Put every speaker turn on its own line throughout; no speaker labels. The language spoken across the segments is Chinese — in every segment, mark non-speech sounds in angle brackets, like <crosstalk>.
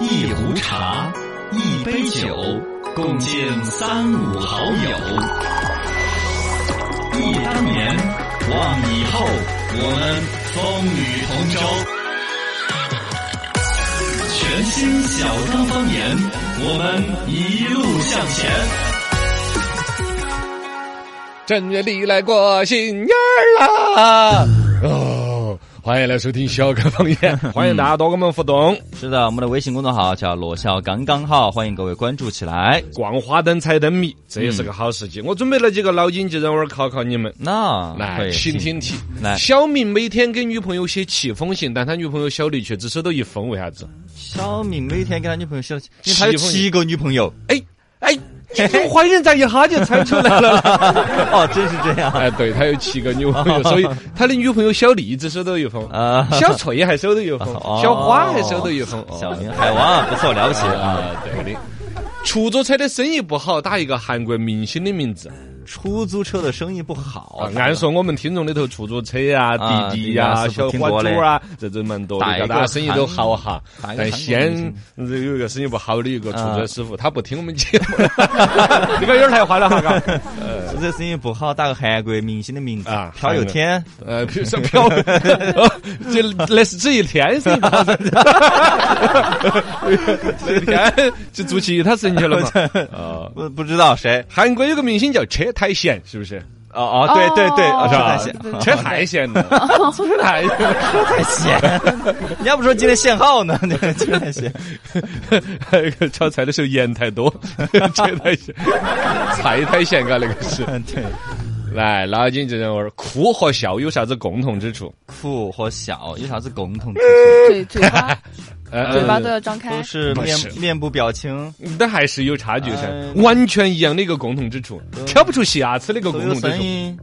一壶茶，一杯酒，共敬三五好友。忆当年，望以后，我们风雨同舟。全新小刚方言，我们一路向前。
正月里来过新年儿啦！哦，欢迎来收听小刚方 <laughs> 言，欢迎大家多跟我们互动。
是的，我们的微信公众号叫“罗笑刚刚好”，欢迎各位关注起来。
逛花灯、猜灯谜，这也是个好时机。我准备了几个脑筋急转弯儿考考你们。啊
那
来，
会
请听题。
来
小明每天给女朋友写七封信，但他女朋友小丽却只收到一封，为啥子？
小明每天跟他女朋友说，因为他有七个女朋友。
哎哎，这种坏人咋一哈就猜出来了？
哦，真是这样。
<laughs> 哎，对他有七个女 <laughs> 朋友，所以他的女朋友小丽只收到一封，
啊
小翠还收到一封，
哦
小花还收到一封。哦
小明海王不错，了不起啊！
对的。出租车的生意不好，打一个韩国明星的名字。啊
出租车的生意不好，
按说我们听众里头，出租车呀、
哦啊
滴
滴
滴呀、
滴啊
小
是不是挺
花
多
猪
的
啊，这种蛮多
打
的，
一个
大家生意都好哈。
打一个韩国
但先
明啊
有一个生意不好的一个出租车师傅，他不听我们
<laughs>
节目，这个有点太坏了哈。嘎
出租车生意不好，打个韩国明星的名字
啊，
朴有天。
<laughs> 呃，比如说飘， <laughs> 就那是只一天生意不
<laughs>
好， <laughs> 这一天就做其他生意去了嘛。啊，
不不知道谁
韩国有个明星叫车太贤，是不是？
哦哦，对对 <laughs> 对，
哦
哦
是
是
吧
吧？谢谢
车太闲
<laughs>
了，车太 <laughs> 闲了。
太闲， <laughs> 你要不说今天限号呢？ <laughs> 真太闲。
还有一个炒菜的时候盐太多， <laughs> 车太闲，菜太闲，嘎，那个是。
对，
来，脑筋急转弯，哭和笑有啥子共同之处？
酷和小有啥子共同之处？
<laughs> 嘴嘴
<laughs>
巴
呃
嘴巴都要张开
都，是
不
面
是
面部表情
但还是有差距噻
哎，
完全一样的一个共同之处，挑不出瑕疵的一个
都
共
有
同之
声
处。
音，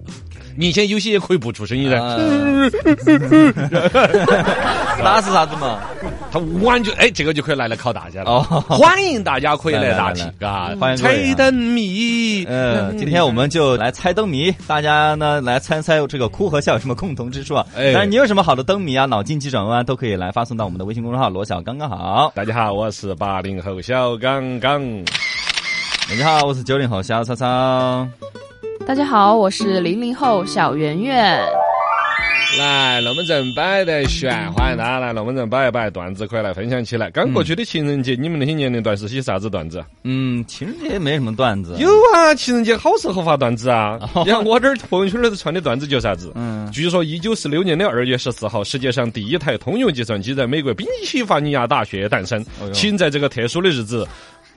你以前有些也可以不出声音噻，
啊
<laughs>
<laughs> 那是啥子嘛？
他完全哎，这个就可以拿来考大家了。
哦
欢迎大家可以来答题
来，
嘎
欢，迎各位啊
猜灯谜。
嗯，今天我们就来猜灯谜，大家呢来猜猜这个哭和笑有什么共同之处啊？
哎
当然，你有什么好的灯谜啊、脑筋急转弯啊都可以来发送到我们的微信公众号“罗小刚啊刚好
大家好，我是八零后小刚刚。”。哎
大家好，我是九零后小超超。
大家好，我是零零后小圆圆。
来，龙门阵摆得悬，欢迎大家来龙门阵摆一摆，段子可以来分享起来。刚过去的情人节，你们那些年龄段是些啥子段子？啊
嗯，情人节没什么段
<laughs>
子，
有啊，情人节好适合发段
<laughs>
子啊！你看我这儿朋友圈里头传的段子就是啥子？
嗯
据说，一九四六年的二月十四号，世界上第一台通用计算机在美国宾夕法尼亚大学诞生
哎。呦
请在这个特殊的日子。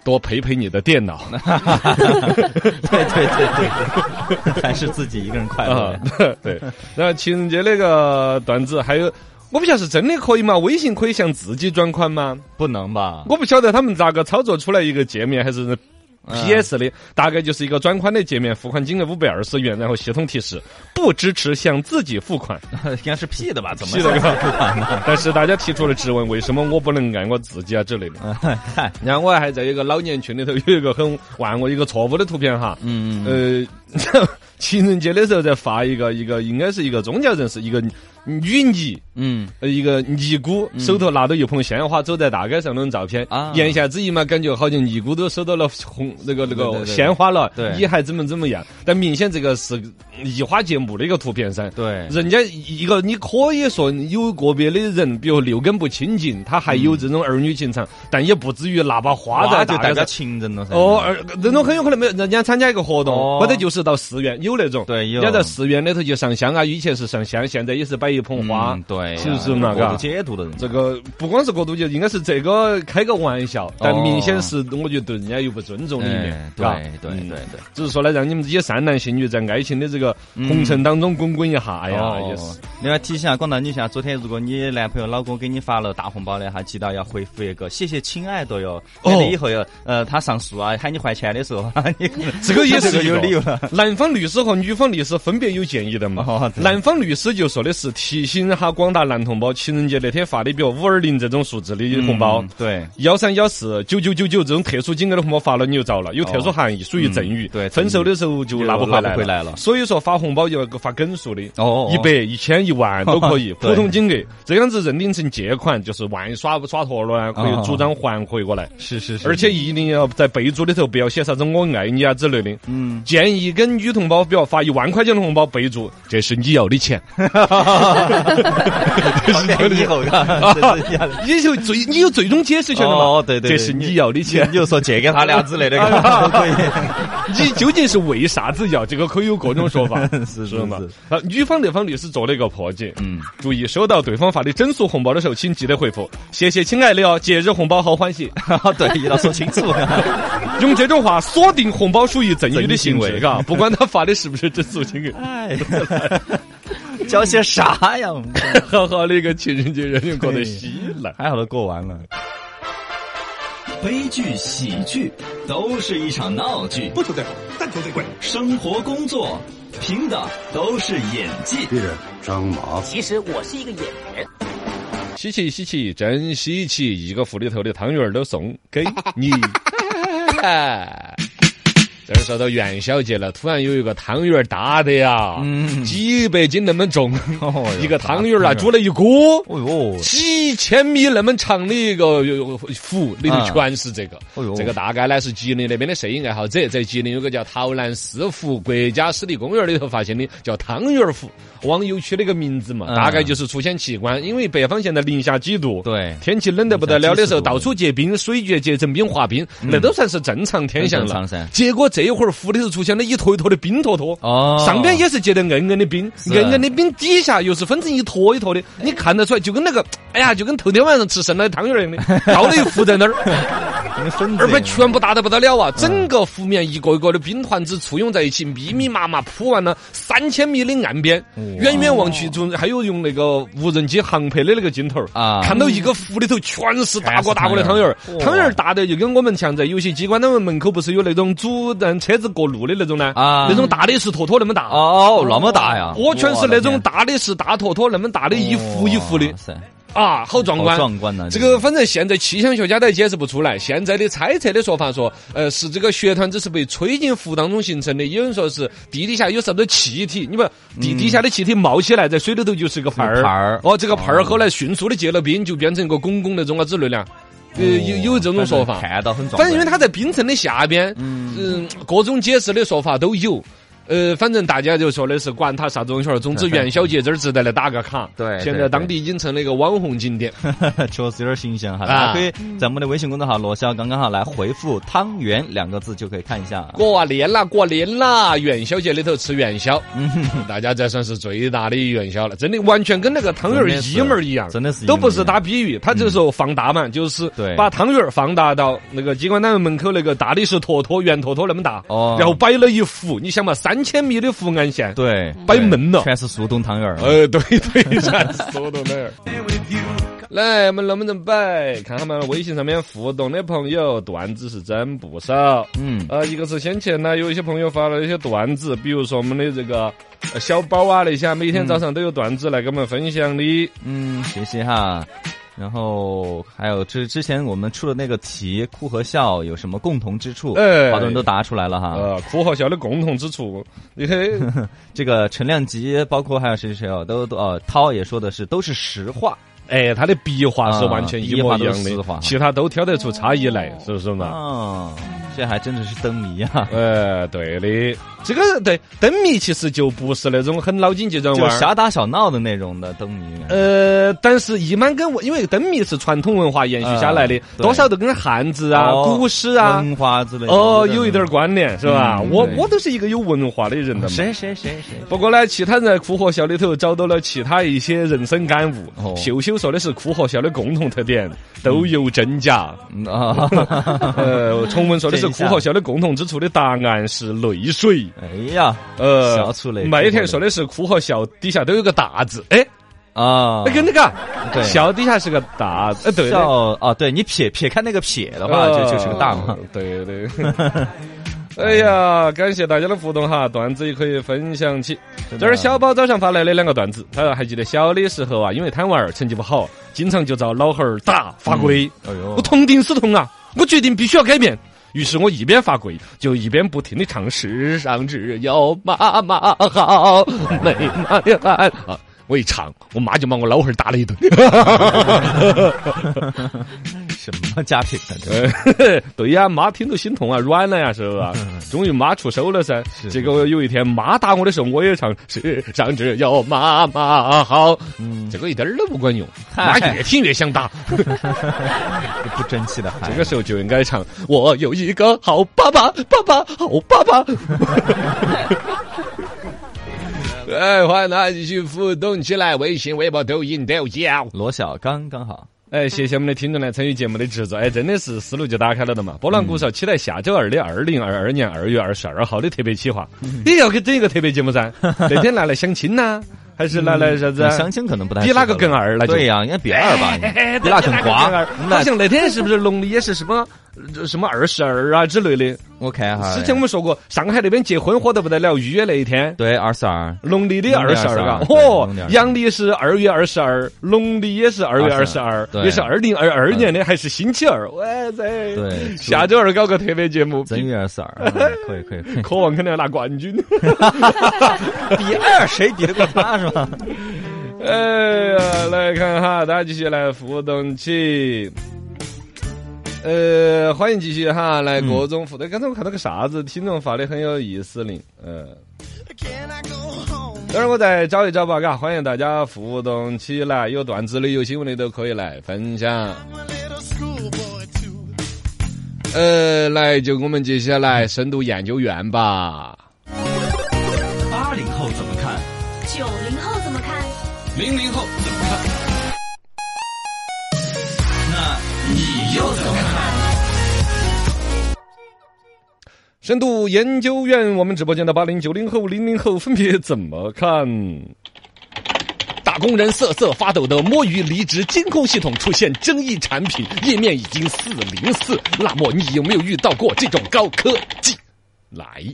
多陪陪你的电脑
对对对对，对还是自己一个人快乐
啊。！对，那情人节那个段子还有，我不晓得是真的可以吗？微信可以向自己转款吗？
不能
<laughs>
吧？
我不晓得他们咋个操作出来一个界面，还是 PS 的，大概就是一个转款的界面，付款金额五百二十元，然后系统提示不支持向自己付款。
应该是 P 的吧？怎么
屁的
向自己付款呢？
<laughs> 但是大家提出了质问，为什么我不能爱我自己啊之类
<laughs>
的。
嗨，
然后我还在一个老年群里头有一个很玩我一个错误的图片哈，
嗯，
呃， <laughs> 情人节的时候再发一个一个应该是一个宗教人士，一个女尼。
嗯，
呃一个尼姑手头拿着一捧鲜花走在大街上那种照片
啊，
言下之意嘛，感觉好像尼姑都收到了红那个那
对
个
对对
鲜花了，
对
你还怎么怎么样？但明显这个是移花接木的一个图片噻。
对，
人家一个，你可以说有个别的人，比如六根不清净，他还有这种儿女情长，但也不至于拿把花在
嗯那
大
就
街
代表
上。
情人了噻。
哦，而那种很有可能没有人家参加一个活动，
哦
或者就是到寺院有那种，
对有
人家在寺院里头就上香啊，以前是上香，现在也是摆一捧花，
嗯对呀，
是不是嘛？
过
嘎
度，解读的人，
这个不光是过度解，应该是这个开个玩笑，但
哦
明显是我觉得对人家有不尊重的一面
哎，
嘎
对对对。对，
嗯只是说呢，让你们这些善男信女在爱情的这个红尘当中滚滚一下，哎呀，
嗯哦
也是。
另外提醒下广大女性啊，昨天如果你男朋友、老公给你发了大红包的，还记得要回复一个“谢谢亲爱的”哟，免得以后要呃他上诉啊，喊你还钱的时候， <laughs> 嗯你可能
这个也是
这个
一个
有理由了。
男方律师和女方律师分别有建议的嘛
哦。对
男方律师就说的是提醒哈广大男同胞，情人节那天发的，比如五二零这种数字的红包
嗯，对，
幺三幺四九九九九这种特殊金额的红包发了你就遭了，有特殊含义，属于赠与。
嗯对
分手的时候就拿不
就
回
拿
来
不回来了
所以说发红包要发整数的。
哦
一百、一千、一
<laughs>
万都可以，
对
普通金额这样子认定成借款，就是万一耍不耍脱了呢，可
哦
以主张还回过来。
是是是，
而且一定要在备注里头不要写啥子“我爱你”啊之类的。
嗯，
建议跟女同胞，比如发一万块钱的红包，备注这是你要的钱。
<laughs>
<laughs>
方便以后啊，是这样的
<laughs> 你就最你有最终解释权的嘛？
哦对对对
这是你要的钱
你。就说借给他俩之类 <laughs> 的都可以。
你 <laughs> 究竟是为啥子要这个？可以有各种说法，
<laughs> 是
是
是
嘛
是？
啊，女方那方律师做了一个破解。
嗯，
注意，收到对方发的整数红包的时候，请记得回复“谢谢亲爱的哦，节日红包好
<laughs>
欢喜
哦对，一定要说清楚。”，
用这种话锁定红包属于赠与的行
<laughs> 赠
为，
与行为
嘎，不管他发的是不是整数
<laughs>
金额。
哎，交些啥呀？
好好的一个情人节，人就过得稀烂。
还好都过完了。
悲剧、喜剧都是一场闹剧，
不求最好，但求最贵。
生活、工作凭的都是演技。
别人张麻子。
其实我是一个演员。
稀奇稀奇，真稀奇！一个壶里头的汤圆儿都送 <laughs> 给你。哎这儿说到元宵节了，突然有一个汤圆儿大的呀，
嗯
几百斤那么 <laughs> 重，
哦哟
一个哎汤圆儿啊，
大汤圆儿
煮了一锅。
哦呦，
几千米那么长的一个湖，里头
啊
全是这个。
哎呦
这个大概呢是吉林那边的摄影爱好者，在吉林有个叫桃南市湖国家湿地公园里头发现的，叫汤圆湖。网友取了个名字嘛，
嗯
大概就是出现奇观，因为北方现在零下几度，
对
天气冷得不得了的时
零下几
候，
十度
到处结冰，水结结成冰滑冰，那都算是正常天象
很正
了
常噻。
结果这一会儿湖里头出现了一坨一坨的冰坨坨，
哦
上边也是结的硬硬的冰，
是啊哎
硬硬的冰底下又是分成一坨一坨的，你看得出来，就跟那个，哎呀，就跟头天晚上吃剩了的汤圆儿一样的，
<laughs>
倒了一浮在那儿，
你们分子嗯
而且全部大得不得了啊！整个湖面一个一个的冰团子簇拥在一起，密密麻麻铺完了三千米的岸边，远远望去，就还有用那个无人机航拍的那个镜头
啊
看到一个湖里头全是大锅大锅的汤
全
圆
是汤圆
儿，
儿
汤圆儿大的就跟我们像在有些机关单位门口不是有那种阻嗯车子过路的那种呢？
啊
那种大的是坨坨那么大
哦，那么大呀！
我全是那种
大
大的是大坨坨那么大的，一幅一幅的啊，好壮观。
壮观呐！
这个反正现在气象学家都解释不出来。现在的猜测的说法说，呃，是这个雪团子是被吹进湖当中形成的，有人说是地底下有啥子气体，你们地底下的气体冒起来，在水里头就是个泡
是
儿。
个泡嗯儿
哦，这个泡儿后来迅速的结了冰，就变成个拱拱那种啊之类的。呃，有有这
哦
种说法。
看到很壮观。
反正因为它在冰层的下边，嗯，各种解释的说法都有。呃，反正大家就说的是管它啥子东西儿，总之元宵节这儿值得来打个卡。
对
现在
对
当地已经成了一个网红
<laughs>
景点。
<laughs> 确实有点形象哈，
啊
大家可以在我们的微信公众号“罗霄”刚刚好来回复“汤圆”两个字就可以看一下。啊
过年啦，过年啦！元宵节里头吃元宵，
嗯
大家这算是最大的元宵了，真的完全跟那个汤圆儿
真的是
一模儿一样，
真的是一模
都
儿一样
不是打比喻，它就是放大嘛，就是
对
把汤圆儿放大到那个机关单位门口那个大的是坨坨圆坨坨那么大，
哦
然后摆了一幅，你想嘛，三千米的湖岸线，
对，
摆闷了
全是速冻汤圆儿。
呃，对对， <laughs> 全是我到那儿。来，我们能不能摆？看他们微信上面互动的朋友，段子是真不少。
嗯，
呃，一个是先前呢，有一些朋友发了一些段子，比如说我们的这个呃小宝啊那些啊，每天早上都有段子来给我们分享的。
嗯，谢谢哈。然后还有之之前我们出的那个题，哭和笑有什么共同之处？
哎
好多人都答出来了哈。
呃，哭和笑的共同之处，你嘿，
这个陈亮吉，包括还有谁谁谁哦，都都哦，涛也说的是都是实话
哎，他的笔画是完全一模一
啊笔画
样
都是丝
的
滑，
其他都挑得出差异来，是不是嘛？
啊，这还真的是灯谜啊，
呃，对的，这个对灯谜其实就不是那种很脑筋急转
就
弯儿。
小打小闹的那种的灯谜。
呃，但是一般跟我，因为灯谜是传统文化延续下来的，
嗯对
多少都跟汉字啊、
哦
古诗啊、
文化之类的
哦，有一点儿关联是吧？
嗯
我
对啊
我都是一个有文化的人的嘛。
谁谁谁谁
不过呢，其他人在哭和笑里头找到了其他一些人生感悟。
哦
秀秀说的是哭和笑的共同特点都有真
<laughs>
假。
嗯啊，
呃，崇文说的是
这一
哭
下
和笑的共同之处的答案是泪水。
哎呀
呃，
笑出泪
麦田说的是哭和笑底下都有个大字，哎，
啊，
那跟那个
对
笑底下是个大字，哎，对的
啊
啊 <laughs>
笑。哦，对你撇撇开那个撇的话，就就是个大嘛
呃。对对。呃哎呀，感谢大家的互动哈，段子也可以分享起。这儿小宝早上发来的两个段子，他说还记得小的时候啊，因为贪玩儿成绩不好，经常就遭老汉儿打罚跪。
哎呦
我，痛定思痛啊，我决定必须要改变。于是我一边罚跪，就一边不停的唱《世上只有妈妈好， <laughs> 没妈呀啊！我一唱，我妈就把我老汉儿打了一顿。
什么家庭啊？这
呃 <laughs> 对呀，妈听着心痛啊，软了呀，是吧？终于妈出手了噻。结果有一天妈打我的时候，我也唱《 <laughs> 世上只有妈妈好》，这个一点儿都不管用，妈越听越想打。
不争气的孩
这 <laughs>
子，
个时候就应该唱“我有一个好爸爸，爸爸好爸爸” 。哎，欢迎大家继续互动起来，微信、微博、抖音啊都有。
罗小刚刚好。
哎，谢谢我们的听众来参与节目的制作。哎，真的是思路就打开了的嘛。波浪鼓手期待下周二的二零二二年二月二十二号的特别企划，
嗯
也要给整一个特别节
<laughs>
目噻。那天拿来相亲呐、还是拿来啥子啊？
嗯相亲可能不太
比哪个啊
适合
更二那就哎
对呀，应该比二吧，比哪更瓜
瓜。好像那天是不是农历也是什么呃什么二十二啊之类的？
我
<laughs>
看一下，
之前我们说过，上海那边结婚火得不得了，预约那一天。
对二十二，
农历的
农历
二十二啊
22，对
哦
农历22，
阳历是二月二十二，农历也是二月二十二，
对
也是二零二二年的，还是星期二，哇塞！
对
下周二搞个特别节目，
正
比
月二十
<laughs>
二，嗯可以可以可以。
渴望肯定要拿冠军。
比二谁比得过他是吧？
哎呀，来看哈，大家继续来互动起。呃，欢迎继续哈，来各种互动。刚才我看到个啥子，听众发的很有意思的，嗯、等会儿我再找一找吧，嘎，欢迎大家互动起来，有段子的、有新闻的都可以来分享。呃，来就我们接下来深度研究院吧。
八零后怎么看？
九零后怎么看？
零零后怎么看？那你又怎么看？
深度研究院，我们直播间的八零、九零后、零零后分别怎么看？打工人瑟瑟发抖的摸鱼离职监控系统出现争议产品，页面已经四零四。那么你有没有遇到过这种高科技？来。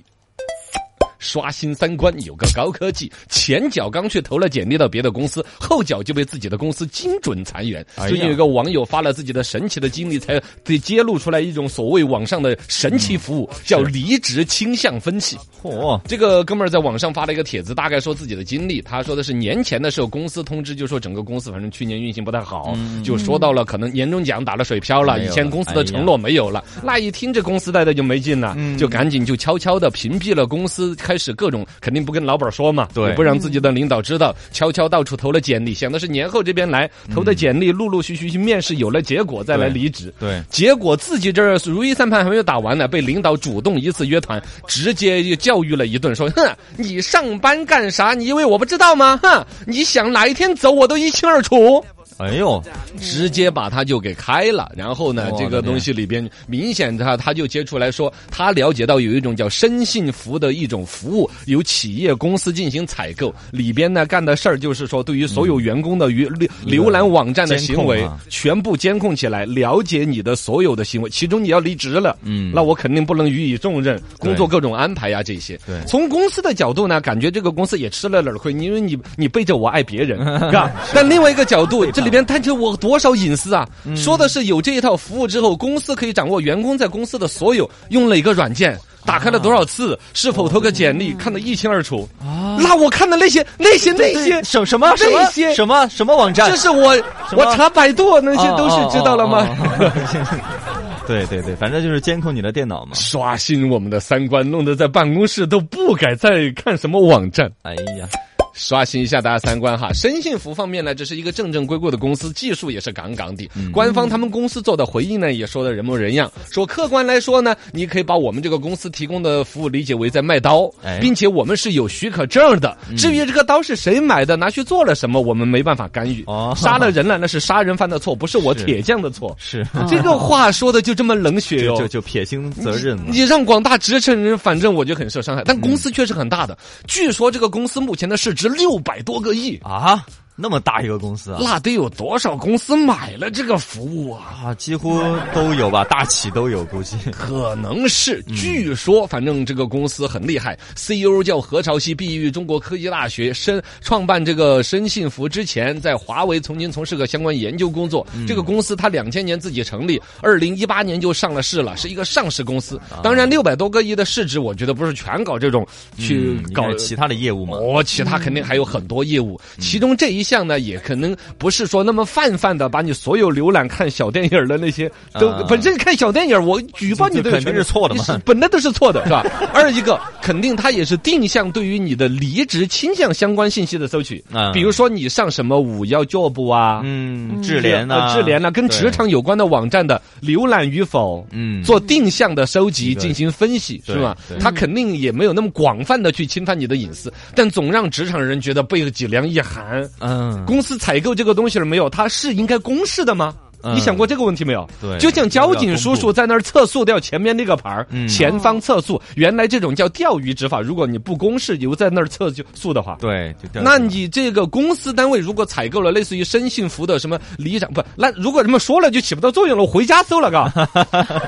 刷新三观，有个高科技，前脚刚去投了简历到别的公司，后脚就被自己的公司精准裁员。
哎呀
最近有一个网友发了自己的神奇的经历，才得揭露出来一种所谓网上的神奇服
嗯
务，叫离职倾向分析。
嚯，
这个哥们儿在网上发了一个帖子，大概说自己的经历。他说的是年前的时候，公司通知就说整个公司反正去年运行不太好，
嗯
就说到了可能年终奖打了水漂了，
没有
以
了
前公司的承诺没有了。
哎
那一听这公司待的就没劲了，
嗯
就赶紧就悄悄的屏蔽了公司，开始各种肯定不跟老板说嘛，
对
也不让自己的领导知道，悄悄到处投了简历，想的是年后这边来投的简历，陆陆续续去面试，有了结果再来
嗯对
离职。
对，
结果自己这儿如意算盘还没有打完呢，被领导主动一次约谈，直接教育了一顿，说：“哼，你上班干啥？你以为我不知道吗？哼，你想哪一天走，我都一清二楚。”
哎呦，
直接把他就给开了。然后呢，
我的
这个东西里边明显他他就接触来说，他了解到有一种叫深信服的一种服务，由企业公司进行采购，里边呢干的事儿就是说，对于所有员工的浏浏览网站的行
嗯
为
监控啊，
全部监控起来，了解你的所有的行为。其中你要离职了，
嗯
那我肯定不能予以重任，工作各种安排啊呀、这些。
对
从公司的角度呢，感觉这个公司也吃了点儿亏，因为你你背着我爱别
<laughs>
人，是吧？但另外一个角度，这里边探究我多少隐私啊？
嗯
说的是有这一套服务之后，公司可以掌握员工在公司的所有用哪个软
啊
件。打开了多少次？是否投个简历看得一清二楚？那我看的那些、那些、那些
哦啊对什什么什
这
么
些
什么什么网站
这？是我
什么
我查百度那些都是知道了吗？
哦？哦哦对对对，反正就是监控你的电脑嘛。
<laughs> 刷新我们的三观，弄得在办公室都不敢再看什么网站。
哎呀，
刷新一下大家三观哈。深信服方面呢，这是一个正正规规的公司，技术也是杠杠的。
嗯
官方他们公司做的回应呢，也说的人模人样。说客观来说呢，你可以把我们这个公司提供的服务理解为在卖刀
哎，嗯
并且我们是有许可证的。至于这个刀是谁买的，拿去做了什么，我们没办法干预
哦。
杀了人了，那是杀人犯的错，不是我
是
铁匠的错。
是
这个话说的就这么冷血哟、
<laughs> 就就就撇清责任了
你。让广大职场人，反正我就很受
嗯
伤害。但公司确实很大的，据说这个公司目前的市值六百多个亿，
啊，那么大一个公司啊，
那得有多少公司买了这个服务啊？
啊，几乎都有吧，大企都有，估计。
可能是，
嗯
据说，反正这个公司很厉害，CEO 叫何朝熙，毕业于中国科技大学，深创办这个深信服之前，在华为曾经从事个相关研究工作。
嗯
这个公司它两千年自己成立，二零一八年就上了市了，是一个上市公司。
啊
当然，六百多个亿的市值，我觉得不是全搞这种去
嗯应该
搞
是其他的业务嗯嘛，
哦，其他肯定还有很多业务，其中这一项呢，也可能不是说那么泛泛的，把你所有浏览看小电影儿的那些都
啊，
本身看小电影儿，我举报你
这
的
肯定是错的嘛
本来都是
<laughs>
错的，是吧？二一个，肯定它也是定向对于你的离职倾向相关信息的搜取
啊，
比如说你上什么五幺 job 啊，
嗯，智联呐，
呃智联呢，跟职场有关的网站的浏览与否，
嗯
做定向的收集进行分析，
对
是吧
对？
他肯定也没有那么广泛的去侵犯你的隐私，但总让职场人觉得背脊梁一寒。
嗯，
公司采购这个东西了没有？它是应该公示的吗？
嗯
你想过这个问题没有？
对
就像交警叔
要公
叔在那儿测速掉前面那个牌儿，
嗯
前方测速，原来这种叫钓鱼执法。如果你不公示留在那儿测就速的话，
对，就掉
那
进去
你这个公司单位如果采购了类似于深信服的什么理长不，那如果这么说了就起不到作用了，我回家搜
<laughs>
了个。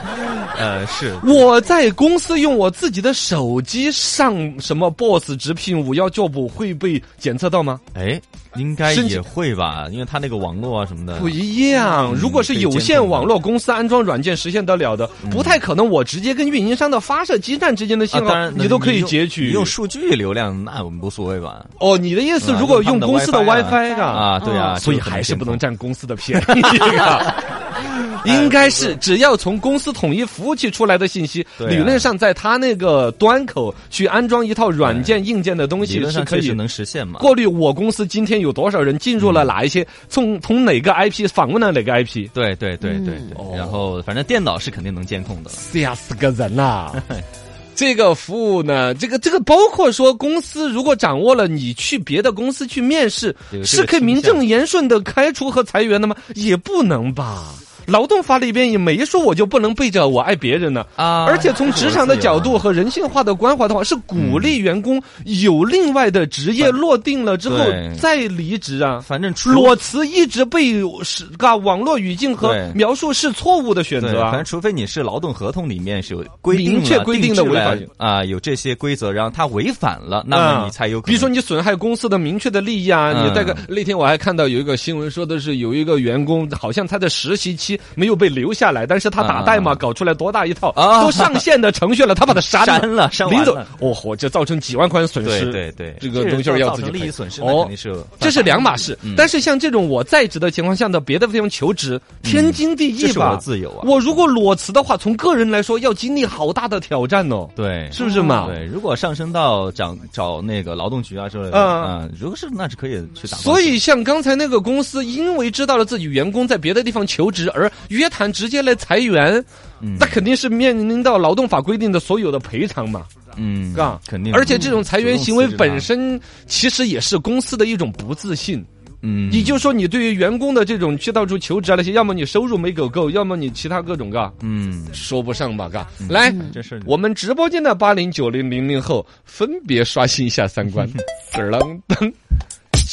呃是
我在公司用我自己的手机上什么 Boss 直聘五幺 job 会被检测到吗？
哎，应该
甚至
也会吧，因为它那个网络啊什么的，
不一
嗯
样，如果是有线网络公司安装软件实现得了的，不太可能我直接跟运营商的发射基站之间的
嗯啊
信号、
当然
你都可以截取。
你用数据流量那我们无所谓吧？
哦，你的意思
啊
如果
用他
用
们的
公司的
WiFi 啊
WiFi 啊
啊，对啊，
所以
就可
还是
监
不
控
能占公司的便宜 <laughs> 啊。
哎
应该是只要从公司统一服务器出来的信息，
对啊
理论上在它那个端口去安装一套软件硬件的东
理
西
论
是
上
可
确
以
实能实现嘛？
过滤我公司今天有多少人进入了哪一些，
嗯
从从哪个 IP 访问了哪个 IP，
对对对对
嗯
哦
对，然后反正电脑是肯定能监控的了。
吓死个人啦！ <laughs> 这个服务呢，这个这个包括说公司如果掌握了你去别的公司去面试
有这，个
是可以
倾
名
向
正言顺的开除和裁员的吗？也不能吧。劳动法里边也没说我就不能背着我爱别人呢
啊
而且从职场的角度和人性化的关怀的话，是鼓励员工有另外的职业落定了之后
嗯对
再离职啊。
反正除
裸辞一直被是啊网络语境和
对
描述是错误的选
对，
择啊。
反正除非你是劳动合同里面是有规定
明确
了
规定
定
的
制
违
了
反
啊，有这些规则，然后他违反了，那么
嗯
你才有可能。
比如说你损害公司的明确的利益啊，
嗯
你带个那天我还看到有一个新闻说的是有一个员工好像他的实习期没有被留下来，但是他打代码
啊
搞出来多大一套，
啊
都上线的程序了，他把它删了，
删了删完
临走
了，
哦嚯，这造成几万块损
对
失，
对对，
这个东西儿
造
要
造
自己
成利益
赔
损失，那肯
哦
定。是有
这是两码事，
嗯
但是像这种我在职的情况下，到别的地方求职，天经地
嗯这
义
是我
吧？
的自由啊。
我如果裸辞的话，从个人来说要经历好大的挑战哦，
对
是不是嘛？
对，如果上升到找找那个劳动局啊之类的，
嗯
嗯，如果是那是可以去打官司。
所以，像刚才那个公司，因为知道了自己员工在别的地方求职，而约谈直接来裁员，
嗯
那肯定是面临到劳动法规定的所有的赔偿嘛，
嗯，
嘎、
肯定。
啊而且这种裁员行为
主动辞职啊
本，身其实也是公司的一种不自信。
嗯，
也就是说，你对于员工的这种去到处求职啊那些，要么你收入没够够，要么你其他各种嘎，
嗯，
说不上吧嘎。来，
这
嗯
事儿
我们直播间的八零、九零、零零后分别刷新一下三
<laughs>
观。噔噔噔，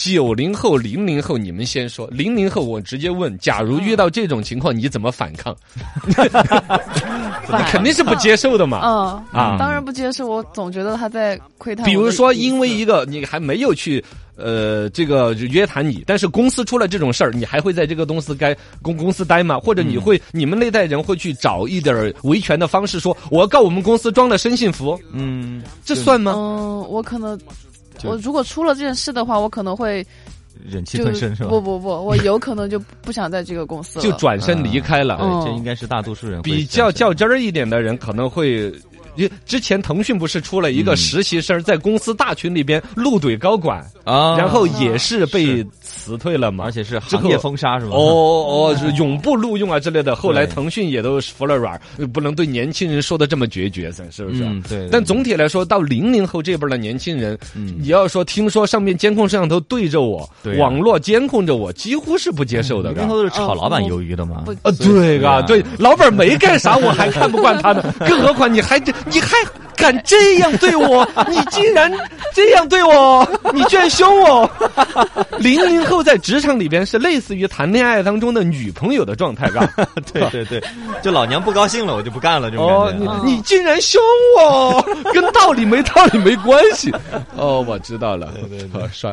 九零后、零零后，你们先说。零零后，我直接问：假如遇到这种情况，你怎么反抗？
嗯
你肯定是不接受的嘛。
嗯
啊
当然不接受，我总觉得他在窥探我的隐私。
比如说，因为一个你还没有去。呃，这个约谈你，但是公司出了这种事儿，你还会在这个公司该公公司待吗？或者
嗯
你会、你们那代人会去找一点儿维权的方式说，我要告我们公司装了深信服，
嗯，
这算吗？
嗯，我可能。
就
我如果出了这件事的话，我可能会
忍气
就
吞声是吧？
不不不，我有可能就不想在这个公司了。
就转身离开了。
嗯
对，这应该是大多数人会
比较
这样
较真儿一点的人可能会。因为之前腾讯不是出了一个
嗯
实习生在公司大群里边怒怼高管，
啊，
然后也是被辞退了嘛，
而且是
这
行
个
业封杀是吧？
哦哦，是永不录用啊之类的。后来
对
腾讯也都服了软儿，不能对年轻人说的这么决绝，是不是？
嗯对对
但总体来说，到零零后这辈儿的年轻人，
嗯
你要说听说上面监控摄像头对着我，
对啊嗯
网络监控着我，几乎是不接受的。
零
嘎
零后都是炒
哦
老板
我
鱿鱼的嘛
不，
啊，对
对
啊，
啊
<laughs> 对，老板没干啥，我还看不惯他呢，更何况你还这，你还敢这样对我？你竟然这样对 <laughs> 我？你居然凶我！零零后在职场里边是类似于谈恋爱当中的女朋友的状态，是吧？
<laughs> 对对对，就老娘不高兴了，我就不干了这种
<laughs> 哦，
感觉。啊
你你竟然凶我，跟道理没道理没关系。 <laughs> 哦，我知道了。
对对对
好刷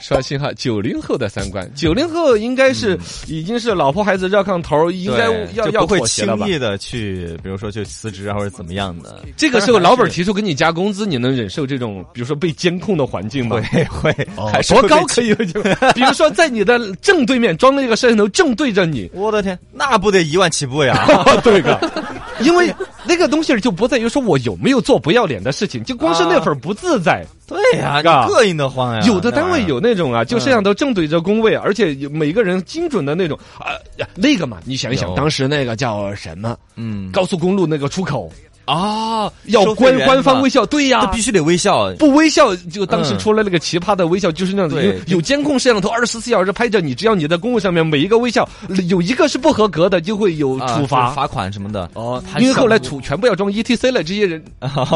刷新哈，九零后的三观，九零后应该是、已经是老婆孩子热炕头，应该
对
要
就
要
不会
妥协了吧哦
轻？易的去，比如说去辞职啊或者怎么样的， <laughs>
这个时候，
当然还
老板
是
提出给你加工资，你能忍受这种，比如说被监控的环境吗？ <laughs>
会会，
哦
还是
多
会被。
高可以有这种？ <laughs> 比如说，在你的正对面装了一个摄像头，正对着你
我的天，那不得一万起步呀！
哦，对个， <laughs> 因为那个东西儿就不在于说我有没有做不要脸的事情，就光是那份儿不自在。
对呀，你
嘎
膈应得慌呀！
有的
啊那玩
单
意儿
位有那种啊，就摄像头正对着工位，而且有每个人精准的那种啊，呀那个嘛，你想一想，
有
当时那个叫什么？
嗯，
高速公路那个出口啊，要
收费
官
员
官
是
方
吧
微笑，对呀
这，必须得微笑。啊
不微笑，就当时
嗯
出来那个奇葩的微笑，就是那样子。
对
因为有监控摄像头，二十四小时拍着你，只要你在公共上面每一个微笑有一个是不合格的，就会有
啊
处罚。
就是罚款什么的哦
因为后来处全部要装 ETC 了，这些人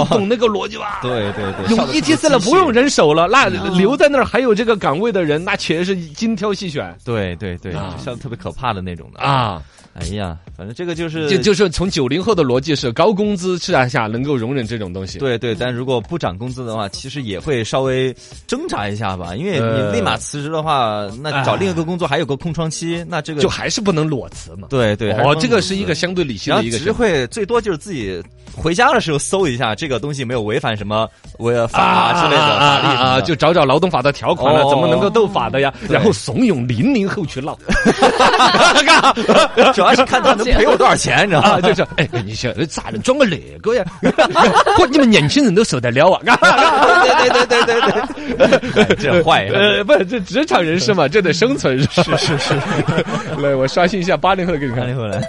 懂那个逻辑吧？
对对对，
用
笑得出
ETC 了，
机器
不用。人手了，那
嗯
留在那儿还有这个岗位的人，那且是精挑细选
对对对，
啊
就笑得特别可怕的那种的。
啊！
哎呀，反正这个就是
就就是从九零后的逻辑是哎高工资下下能够容忍这种东西。
对对，但如果不涨工资的话，其实也会稍微挣扎一下吧，因为
呃
你立马辞职的话，那找另一个工作还有个空窗期，那这个
就还是不能裸辞嘛。
对对，还
哦，
帮
这个
助
是一
自
个
己。
相对理性
然后
的一个选
只
择。
会最多就是自己回家的时候搜一下这个东西没有违反什么违法啊之类的
啊
法律
啊
什么
啊！
的
就找找劳动法的条款了，啊
哦
怎么能够斗法的呀？
对
然后怂恿零零后去闹
<laughs>
<laughs>
主要是看他能赔我多少钱，你知道
啊， <laughs>
吗？
就是哎，你想哎咋能装个那个呀？ <laughs> 不，你们年轻人都受得了啊？
对对对对对对，哎这坏人
<laughs> <laughs> 呃，不，这职场人士嘛，这得生存。是是是， <laughs> 哎来，我刷新一下八零后的给你
哪
看
里。回来？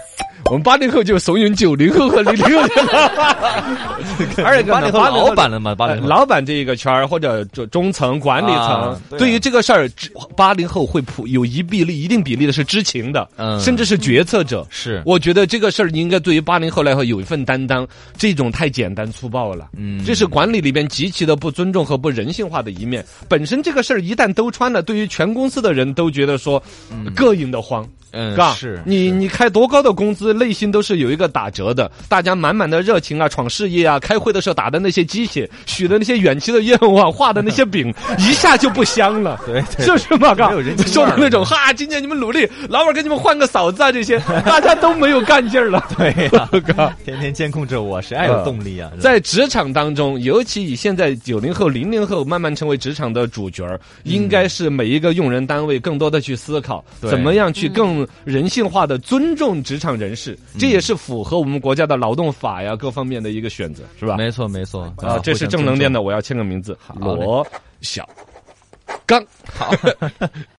我们八零后就怂恿九零后和零零后去闹，而且
八零后老板了嘛，八
呃
零后
<laughs> 老板这一个圈儿或者中中层管理层，
啊对啊
对于这个事儿，知八零后会普有一比例一定比例的是知情的，
嗯
甚至是决策者。
是
我觉得这个事儿应该对于八零后来说有一份担当，这种太简单粗暴了。
嗯
这是管理里边极其的不尊重和不人性化的一面。本身这个事儿一旦兜穿了，对于全公司的人都觉得说膈应的慌。
嗯
嘎，
是
你你开多高的工资，内心都是有一个打折的。大家满满的热情啊，闯事业啊，开会的时候打的那些鸡血，许的那些远期的愿望，画的那
<laughs>
些饼，一下就不香了。
对对
是不是嘛？嘎
没有人，情味
说的
儿
那种哈，今年你们努力，老板给你们换个嫂子啊，这些大家都没有干劲儿了。
<laughs> 对呀，
嘎。
天天监控着我，谁还有动力啊？
在职场当中，尤其以现在九零后、零零后慢慢成为职场的主角儿，应该是每一个用人单位更多的去思考，
嗯对
怎么样去更人性化的尊重职场人士，
嗯
这也是符合我们国家的劳动法呀各方面的一个选择，是吧？
没错没错
啊，这是正能量。的，我要签个名字，
嘞
罗小刚。